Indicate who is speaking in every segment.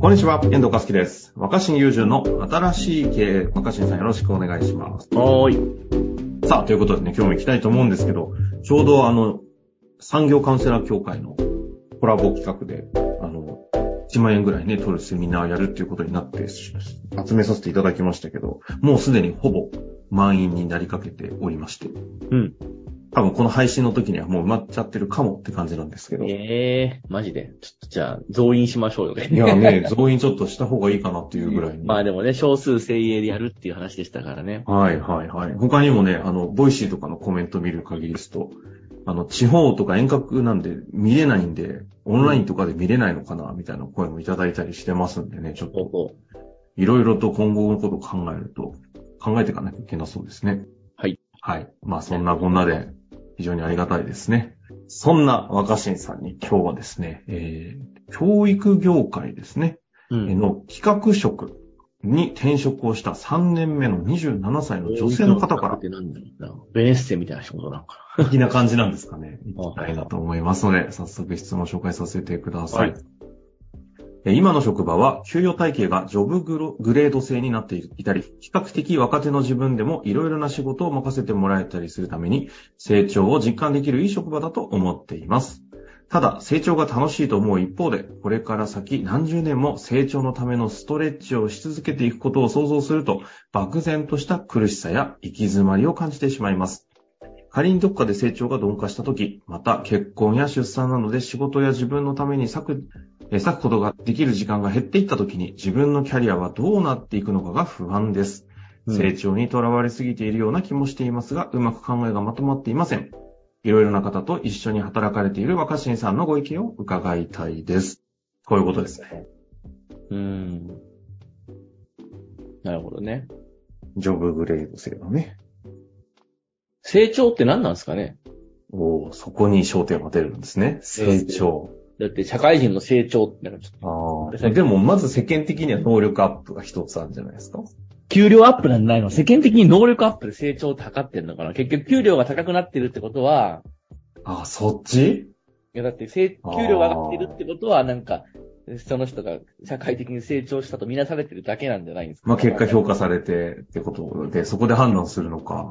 Speaker 1: こんにちは、遠藤和樹です。若新友人の新しい経営、若新さんよろしくお願いします。
Speaker 2: はーい。
Speaker 1: さあ、ということでね、今日も行きたいと思うんですけど、ちょうどあの、産業カウンセラー協会のコラボ企画で、あの、1万円ぐらいね、取るセミナーやるっていうことになって、し集めさせていただきましたけど、もうすでにほぼ満員になりかけておりまして、
Speaker 2: うん。
Speaker 1: 多分この配信の時にはもう埋まっちゃってるかもって感じなんですけど。
Speaker 2: ええマジで。ちょっとじゃあ、増員しましょうよ。
Speaker 1: いやね、増員ちょっとした方がいいかなっていうぐらいに。
Speaker 2: まあでもね、少数精鋭でやるっていう話でしたからね。
Speaker 1: はいはいはい。他にもね、あの、ボイシーとかのコメント見る限りですと、あの、地方とか遠隔なんで見れないんで、オンラインとかで見れないのかな、みたいな声もいただいたりしてますんでね、ちょっ
Speaker 2: お
Speaker 1: と、
Speaker 2: お
Speaker 1: いろいろと今後のことを考えると、考えていかなきゃいけなそうですね。
Speaker 2: はい。
Speaker 1: はい。まあそんなこんなで、非常にありがたいですね。そんな若新さんに今日はですね、えー、教育業界ですね。
Speaker 2: うん。
Speaker 1: の企画職に転職をした3年目の27歳の女性の方から
Speaker 2: っ、てなんだろうなベネッセみたいな仕事なのか
Speaker 1: 的な感じなんですか ね。
Speaker 2: あ
Speaker 1: いきたいなと思いますので、早速質問を紹介させてください。
Speaker 2: は
Speaker 1: え今の職場は給与体系がジョブグログレード制になっていたり、比較的若手の自分でもいろいろな仕事を任せてもらえたりするために、成長を実感できるいい職場だと思っています。ただ、成長が楽しいと思う一方で、これから先何十年も成長のためのストレッチをし続けていくことを想像すると、漠然とした苦しさや行き詰まりを感じてしまいます。仮にどっかで成長が鈍化したとき、また結婚や出産などで仕事や自分のために割く、えー割くことができる時間が減っていったときに自分のキャリアはどうなっていくのかが不安です。
Speaker 2: うん
Speaker 1: 成長にとらわれすぎているような気もしていますが、うまく考えがまとまっていません。いろいろな方と一緒に働かれている若新さんのご意見を伺いたいです。こういうことですね。
Speaker 2: な。うん。なるほどね。
Speaker 1: ジョブグレード制度ね。
Speaker 2: 成長って何なんですかね
Speaker 1: おーそこに焦点を当てるんですね。成長。
Speaker 2: だって社会人の成長ってなんかちょっと、
Speaker 1: あ
Speaker 2: で
Speaker 1: あ。でも、まず世間的には能力アップが一つあるんじゃないですか。
Speaker 2: 給料アップなんじゃないの世間的に能力アップで成長って測ってんのかな結局給料が高くなってるってことは、
Speaker 1: ああ、そっち
Speaker 2: いや、だって、せい給
Speaker 1: あー
Speaker 2: 料が上がってるってことは、なんか、その人が社会的に成長したとみなされてるだけなんじゃないんですか
Speaker 1: まあ、結果評価されてってことで、そこで判断するのか。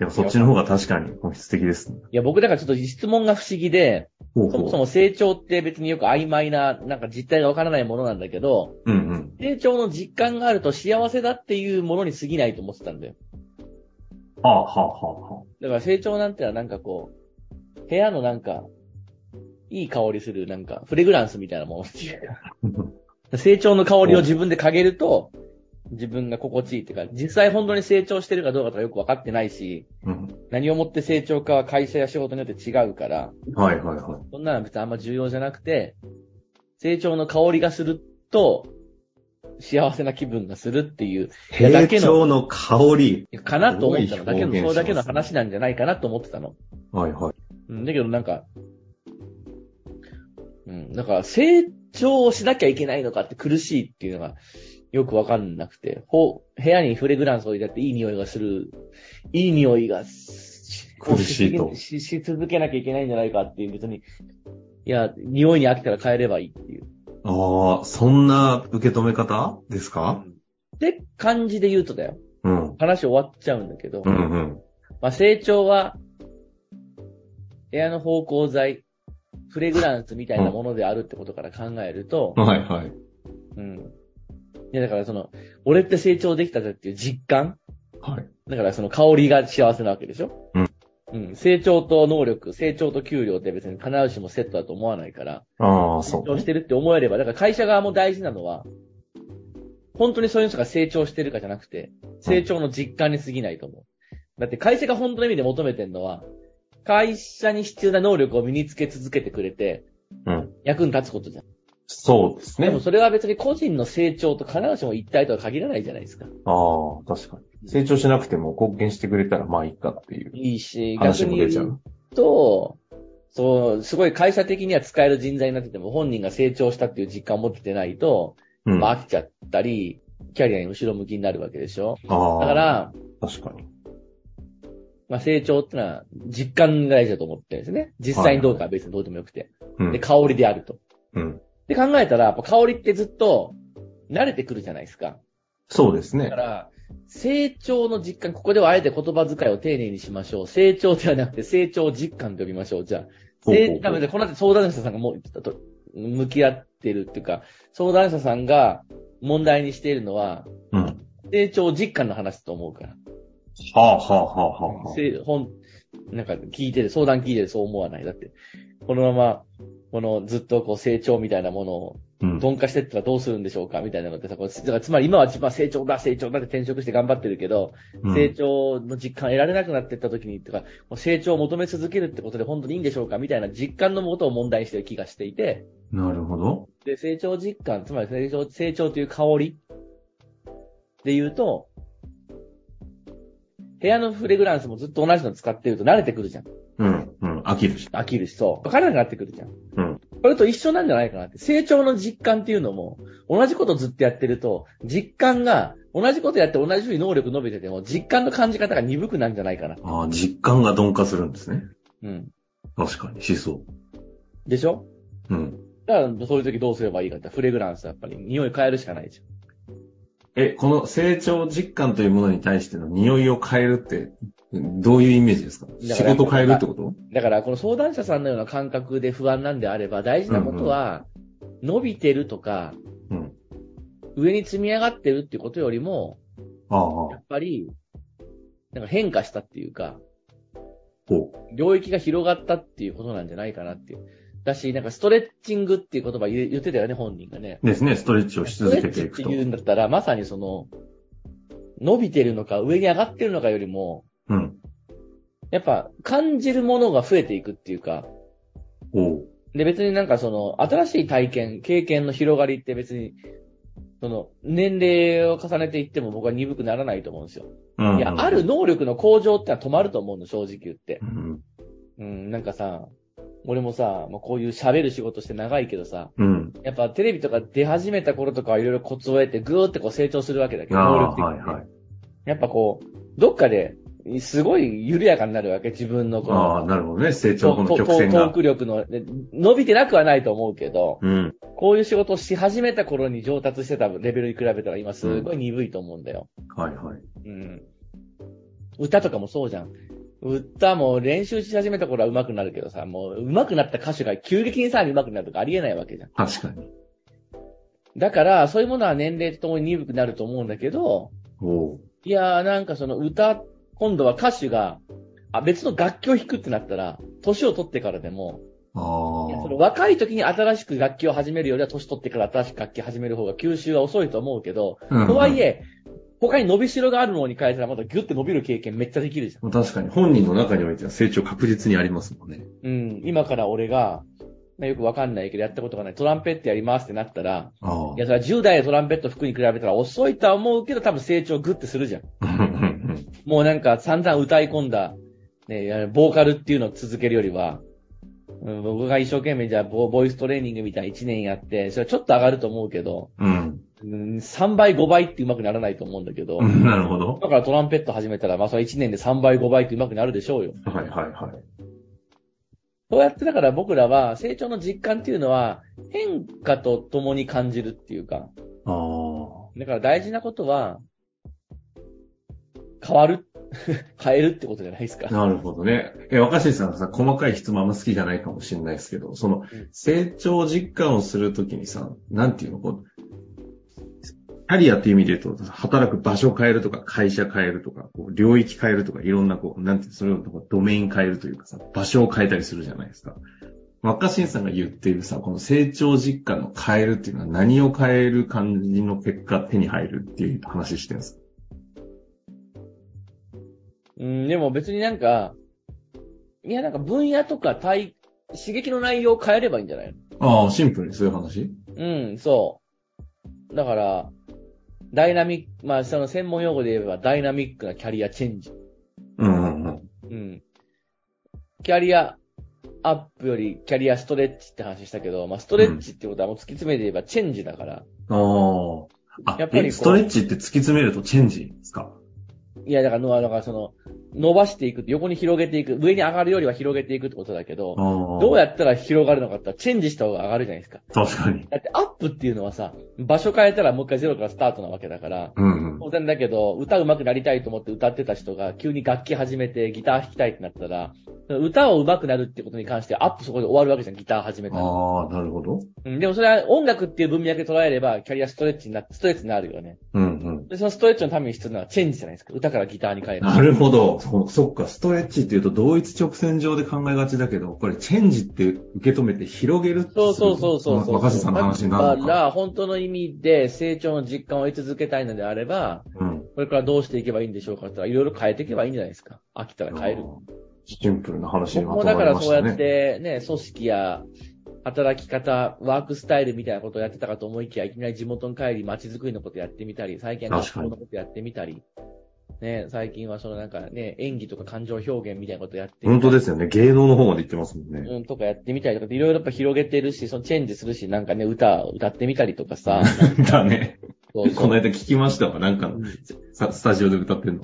Speaker 1: でも、そっちの方が確かに本質的ですね。
Speaker 2: いや、僕だからちょっと質問が不思議で、
Speaker 1: ほう
Speaker 2: そもそ
Speaker 1: ほう。
Speaker 2: も成長って別によく曖昧な、なんか実態がわからないものなんだけど、
Speaker 1: うんうん。
Speaker 2: 成長の実感があると幸せだっていうものに過ぎないと思ってたんだよ。
Speaker 1: ああ、はあ、はあ、は
Speaker 2: だから成長なんてのはなんかこう、部屋のなんか、いい香りする、なんか、フレグランスみたいなものっていう成長の香りを自分で嗅げると、自分が心地いいっていうか、実際本当に成長してるかどうかとかよく分かってないし、
Speaker 1: あ。うん。
Speaker 2: 何をもって成長かは会社や仕事によって違うから、
Speaker 1: はい、はい、はい。
Speaker 2: そんなのは別にあんま重要じゃなくて、成長の香りがすると、幸せな気分がするっていう、いやだけ
Speaker 1: 成長
Speaker 2: の
Speaker 1: の香り。
Speaker 2: かなと思ったの。
Speaker 1: すご
Speaker 2: だ
Speaker 1: い
Speaker 2: け
Speaker 1: 表現
Speaker 2: ど、それだけの
Speaker 1: します
Speaker 2: 話なんじゃないかなと思ってたの。
Speaker 1: はい、はい。
Speaker 2: うん、だけどなんか、うん、だから成長をしなきゃいけないのかって苦しいっていうのがよくわかんなくて、ほ部屋にフレグランス置いてあっていい匂いがする、いい匂いがし
Speaker 1: 苦しいと
Speaker 2: しし続けなきゃいけないんじゃないかっていう別に、いや、匂いに飽きたら変えればいいっていう。
Speaker 1: ああ、そんな受け止め方ですか
Speaker 2: って感じで言うとだよ。
Speaker 1: うん。
Speaker 2: 話終わっちゃうんだけど、
Speaker 1: うん、うん。
Speaker 2: まあ成長は、部屋の芳香剤、フレグランスみたいなものであるってことから考えると、
Speaker 1: はい、はい。
Speaker 2: うん。いや、だからその、俺って成長できたぜっていう実感
Speaker 1: はい。
Speaker 2: だからその香りが幸せなわけでしょ
Speaker 1: うん。
Speaker 2: うん。成長と能力、成長と給料って別に必ずしもセットだと思わないから、
Speaker 1: ああ、
Speaker 2: 成
Speaker 1: そう
Speaker 2: 長。してるって思えれば、だから会社側も大事なのは、本当にそういう人が成長してるかじゃなくて、成長の実感に過ぎないと思う。だって会社が本当の意味で求めてるのは、会社に必要な能力を身につけ続けてくれて、
Speaker 1: うん。
Speaker 2: 役に立つことじゃん。
Speaker 1: そうです
Speaker 2: で
Speaker 1: ね
Speaker 2: も。それは別に個人の成長と必ずしも一体とは限らないじゃないですか。
Speaker 1: ああ、確かに。成長しなくても貢献してくれたらまあいいかっていう
Speaker 2: いいし、
Speaker 1: 話
Speaker 2: 逆
Speaker 1: も
Speaker 2: に
Speaker 1: 出ち
Speaker 2: 言
Speaker 1: ゃう。
Speaker 2: うと、そう、すごい会社的には使える人材になってても本人が成長したっていう実感を持っててないと、
Speaker 1: うん。
Speaker 2: まあ飽きちゃったり、キャリアに後ろ向きになるわけでしょ。
Speaker 1: あ
Speaker 2: だ
Speaker 1: あ。
Speaker 2: から、
Speaker 1: 確かに。
Speaker 2: まあ成長ってのは実感が大事だと思ってるんですね。実際にどうかは別にどうでもよくて。
Speaker 1: う
Speaker 2: で、
Speaker 1: ん。
Speaker 2: 香りであると。
Speaker 1: うん。
Speaker 2: で考えたら、やっぱ香りってずっと慣れてくるじゃないですか。
Speaker 1: そうです
Speaker 2: だ
Speaker 1: ね
Speaker 2: か。ら、成長の実感、ここではあえて言葉遣いを丁寧にしましょう。成長ではなくて成長実感と呼びましょう。じゃあ、
Speaker 1: ほうほう
Speaker 2: せい多分ねこの後相談者さんがもう言ってたと、向き合ってるっていうか、相談者さんが問題にしているのは、
Speaker 1: うん。
Speaker 2: 成長実感の話だと思うから。
Speaker 1: はあ、はあ、はあ、はあはあ。
Speaker 2: せ本、なんか聞いてて、相談聞いててそう思わない。だって、このまま、このずっとこう成長みたいなものを
Speaker 1: うん。
Speaker 2: 鈍化してったらどうするんでしょうかみたいなのってさ、こうだからつまり今は一番成長だ、成長だって転職して頑張ってるけど、
Speaker 1: うん
Speaker 2: 成長の実感得られなくなっていった時に、とか、もう成長を求め続けるってことで本当にいいんでしょうかみたいな実感のことを問題にしてる気がしていて、
Speaker 1: なるほど。
Speaker 2: で、成長実感、つまり成長、成長という香りで言うと、部屋のフレグランスもずっと同じの使ってると慣れてくるじゃん。
Speaker 1: うん、うん。飽きるし。
Speaker 2: 飽きるし、そう。わからなくなってくるじゃん。
Speaker 1: うん。
Speaker 2: これと一緒なんじゃないかなって。成長の実感っていうのも、同じことずっとやってると、実感が、同じことやって同じふうに能力伸びてても、実感の感じ方が鈍くなるんじゃないかな。
Speaker 1: ああ、実感が鈍化するんですね。
Speaker 2: うん。
Speaker 1: 確かに、しそ
Speaker 2: でしょ
Speaker 1: う。うん。
Speaker 2: だから、そういう時どうすればいいかって、フレグランスやっぱり、匂い変えるしかないじゃん。
Speaker 1: え、この成長実感というものに対しての匂いを変えるって、どういうイメージですか
Speaker 2: から
Speaker 1: 仕事変えるってこと
Speaker 2: だから、この相談者さんのような感覚で不安なんであれば、大事なことは、伸びてるとか、
Speaker 1: うん。
Speaker 2: 上に積み上がってるってことよりも、
Speaker 1: ああ、
Speaker 2: やっぱり、なんか変化したっていうか、
Speaker 1: ほ
Speaker 2: 領域が広がったっていうことなんじゃないかなっていう。だし、なんかストレッチングっていう言葉言言ってたよね、本人がね。
Speaker 1: う。ですね、ストレッチをし
Speaker 2: スト
Speaker 1: 続
Speaker 2: レ
Speaker 1: け
Speaker 2: ッ
Speaker 1: て
Speaker 2: チっ
Speaker 1: いく
Speaker 2: て
Speaker 1: と。
Speaker 2: 言うんだったら、まさにその、伸びてるのか上に上がってるのかよりも、
Speaker 1: うん。
Speaker 2: やっぱ感じるものが増えていくっていうか、
Speaker 1: おう。
Speaker 2: で、別になんかその、新しい体験、経験の広がりって別に、その、年齢を重ねていっても僕は鈍くならないと思うんですよ。
Speaker 1: うん。
Speaker 2: いや、ある能力の向上ってのは止まると思うの、正直言って
Speaker 1: う。ん。
Speaker 2: うん、なんかさ、俺もさ、まあ、こういう喋る仕事して長いけどさ、
Speaker 1: うん。
Speaker 2: やっぱテレビとか出始めた頃とかはいろいろコツを得てぐーってこう成長するわけだけ
Speaker 1: あ
Speaker 2: ど、能
Speaker 1: あ、
Speaker 2: 力的に
Speaker 1: は
Speaker 2: ね
Speaker 1: いはい。
Speaker 2: やっぱこう、どっかで、すごい緩やかになるわけ、自分のこ
Speaker 1: あ
Speaker 2: の、
Speaker 1: あ、なるほどね。成長こ
Speaker 2: トー
Speaker 1: の
Speaker 2: ト
Speaker 1: 曲線
Speaker 2: ー
Speaker 1: が。
Speaker 2: ク力の、で伸びてなくはないと思うけど、
Speaker 1: うん。
Speaker 2: こういう仕事をし始めた頃に上達してたレベルに比べたら今すごい鈍いと思うんだよ。
Speaker 1: はいはい。
Speaker 2: うん。歌とかもそうじゃん。歌も練習し始めた頃は上手くなるけどさ、もう上手くなった歌手が急激にさらに上手くなるとかありえないわけじゃん。
Speaker 1: 確かに。
Speaker 2: だから、そういうものは年齢とともに鈍くなると思うんだけど、
Speaker 1: おう。
Speaker 2: いやーなんかその歌、今度は歌手が、あ、別の楽器を弾くってなったら、年を取ってからでも、いやその
Speaker 1: あ
Speaker 2: 若い時に新しく楽器を始めるよりは年取ってから新しく楽器始める方が吸収は遅いと思うけど、
Speaker 1: あ。うん
Speaker 2: とはいえ、他に伸びしろがあるのに変えたらまたギュッて伸びる経験めっちゃできるじゃん。
Speaker 1: 確かに、本人の中においては成長確実にありますもんね。
Speaker 2: うん、今から俺が、まあよくわかんないけどやったことがないトランペットやりますってなったら、
Speaker 1: あ
Speaker 2: いや、それは10代でトランペット吹くに比べたら遅いとは思うけど多分成長グッてするじゃん。
Speaker 1: あ。
Speaker 2: もうなんか散々歌い込んだ、ね、ボーカルっていうのを続けるよりは、うん、僕が一生懸命じゃあボボイストレーニングみたいな1年やって、それはちょっと上がると思うけど、
Speaker 1: うん。
Speaker 2: うん、3倍5倍って上手くならないと思うんだけど、
Speaker 1: うん。 なるほど。
Speaker 2: だからトランペット始めたら、まあそれ1年で3倍5倍って上手くなるでしょうよ。
Speaker 1: はいはいはい。
Speaker 2: そうやってだから僕らは成長の実感っていうのは変化と共に感じるっていうか、
Speaker 1: ああ。
Speaker 2: だから大事なことは変わる、 変えるってことじゃないですか。
Speaker 1: なるほどね。え、若新さんさ、細かい質問あんま好きじゃないかもしれないですけど、その
Speaker 2: うん、
Speaker 1: 成長実感をするときにさ、なんていうの、こう、キャリアっていう意味で言うと、働く場所を変えるとか、会社変えるとか、こう領域変えるとか、いろんなこう、なんていう、それをこうドメイン変えるというかさ、場所を変えたりするじゃないですか。若新さんが言っているさ、この成長実感の変えるっていうのは何を変える感じの結果手に入るっていう話してるんですか
Speaker 2: うん、でも別になんか、いやなんか分野とか体、刺激の内容を変えればいいんじゃないの
Speaker 1: ああ、シンプルにそういう話
Speaker 2: うん、そう。だから、ダイナミック、まあその専門用語で言えばダイナミックなキャリアチェンジ。
Speaker 1: うんうんうん。
Speaker 2: うん。キャリアアップよりキャリアストレッチって話したけど、まあ、ストレッチってことはもう突き詰めて言えばチェンジだから。
Speaker 1: ああ。あ、
Speaker 2: やっぱり
Speaker 1: え
Speaker 2: こう
Speaker 1: ストレッチって突き詰めるとチェンジですか
Speaker 2: いや、だから、のだからその、伸ばしていく、横に広げていく、上に上がるよりは広げていくってことだけど、ど
Speaker 1: ど
Speaker 2: うやったら広がるのかって言ったらチェンジした方が上がるじゃないですか。
Speaker 1: 確かに。
Speaker 2: だってアップっていうのはさ、場所変えたらもう一回ゼロからスタートなわけだから、
Speaker 1: うんうん。
Speaker 2: 当然だけど、歌上手くなりたいと思って歌ってた人が急に楽器始めてギター弾きたいってなったら、歌を上手くなるってことに関してアップそこで終わるわけじゃん、ギター始めたら。
Speaker 1: ああ、なるほど。
Speaker 2: うんでもそれは音楽っていう文脈で捉えれば、キャリアストレッチになって、ストレッチになるよね。
Speaker 1: うんうん。
Speaker 2: で、そのストレッチのために必要なのはチェンジじゃないですか。歌からギターに変える。
Speaker 1: なるほど。そそっか、ストレッチっていうと同一直線上で考えがちだけど、これチェンジって受け止めて広げるってい
Speaker 2: そうそうそうそうそう。
Speaker 1: 若狭さんの話になるの
Speaker 2: だか
Speaker 1: か。
Speaker 2: ら、本当の意味で成長の実感を得続けたいのであれば、
Speaker 1: うん。
Speaker 2: これからどうしていけばいいんでしょうかって言ったら、いろいろ変えていけばいいんじゃないですか。飽きたら変える。
Speaker 1: シンプルな話にま
Speaker 2: 僕も
Speaker 1: とま
Speaker 2: だか
Speaker 1: り
Speaker 2: ら
Speaker 1: まし
Speaker 2: そう
Speaker 1: た
Speaker 2: や
Speaker 1: ね。
Speaker 2: ってね、組織や働き方、ワークスタイルみたいなことをやってたかと思いきや、いきなり地元に帰り、街づくりのことやってみたり、最近は学校のことやってみたり、ね、最近はそのなんかね、演技とか感情表現みたいなことやってみたり
Speaker 1: 本当ですよね。芸能の方まで行ってますもんね。
Speaker 2: うん、とかやってみたりとかって、いろいろやっぱ広げてるし、そのチェンジするし、なんかね、歌、歌ってみたりと かさ、
Speaker 1: だね。
Speaker 2: そう
Speaker 1: こ
Speaker 2: そ
Speaker 1: の
Speaker 2: う。
Speaker 1: 間聞きましたわ。なんかの、さスタジオで歌ってんの。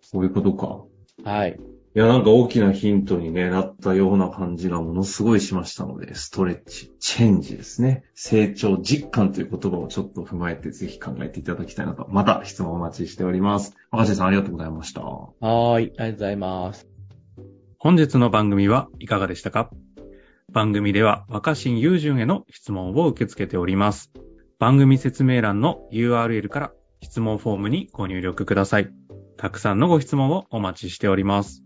Speaker 1: そういうことか。
Speaker 2: はい。
Speaker 1: いや、なんか大きなヒントに、ね、なったような感じがものすごいしましたので、ストレッチ、チェンジですね。成長実感という言葉をちょっと踏まえて、ぜひ考えていただきたいなと。また質問お待ちしております。若新さんありがとうございました。
Speaker 2: はーい。ありがとうございます。
Speaker 3: 本日の番組はいかがでしたか番組では若新雄純への質問を受け付けております。番組説明欄の URL から質問フォームにご入力ください。たくさんのご質問をお待ちしております。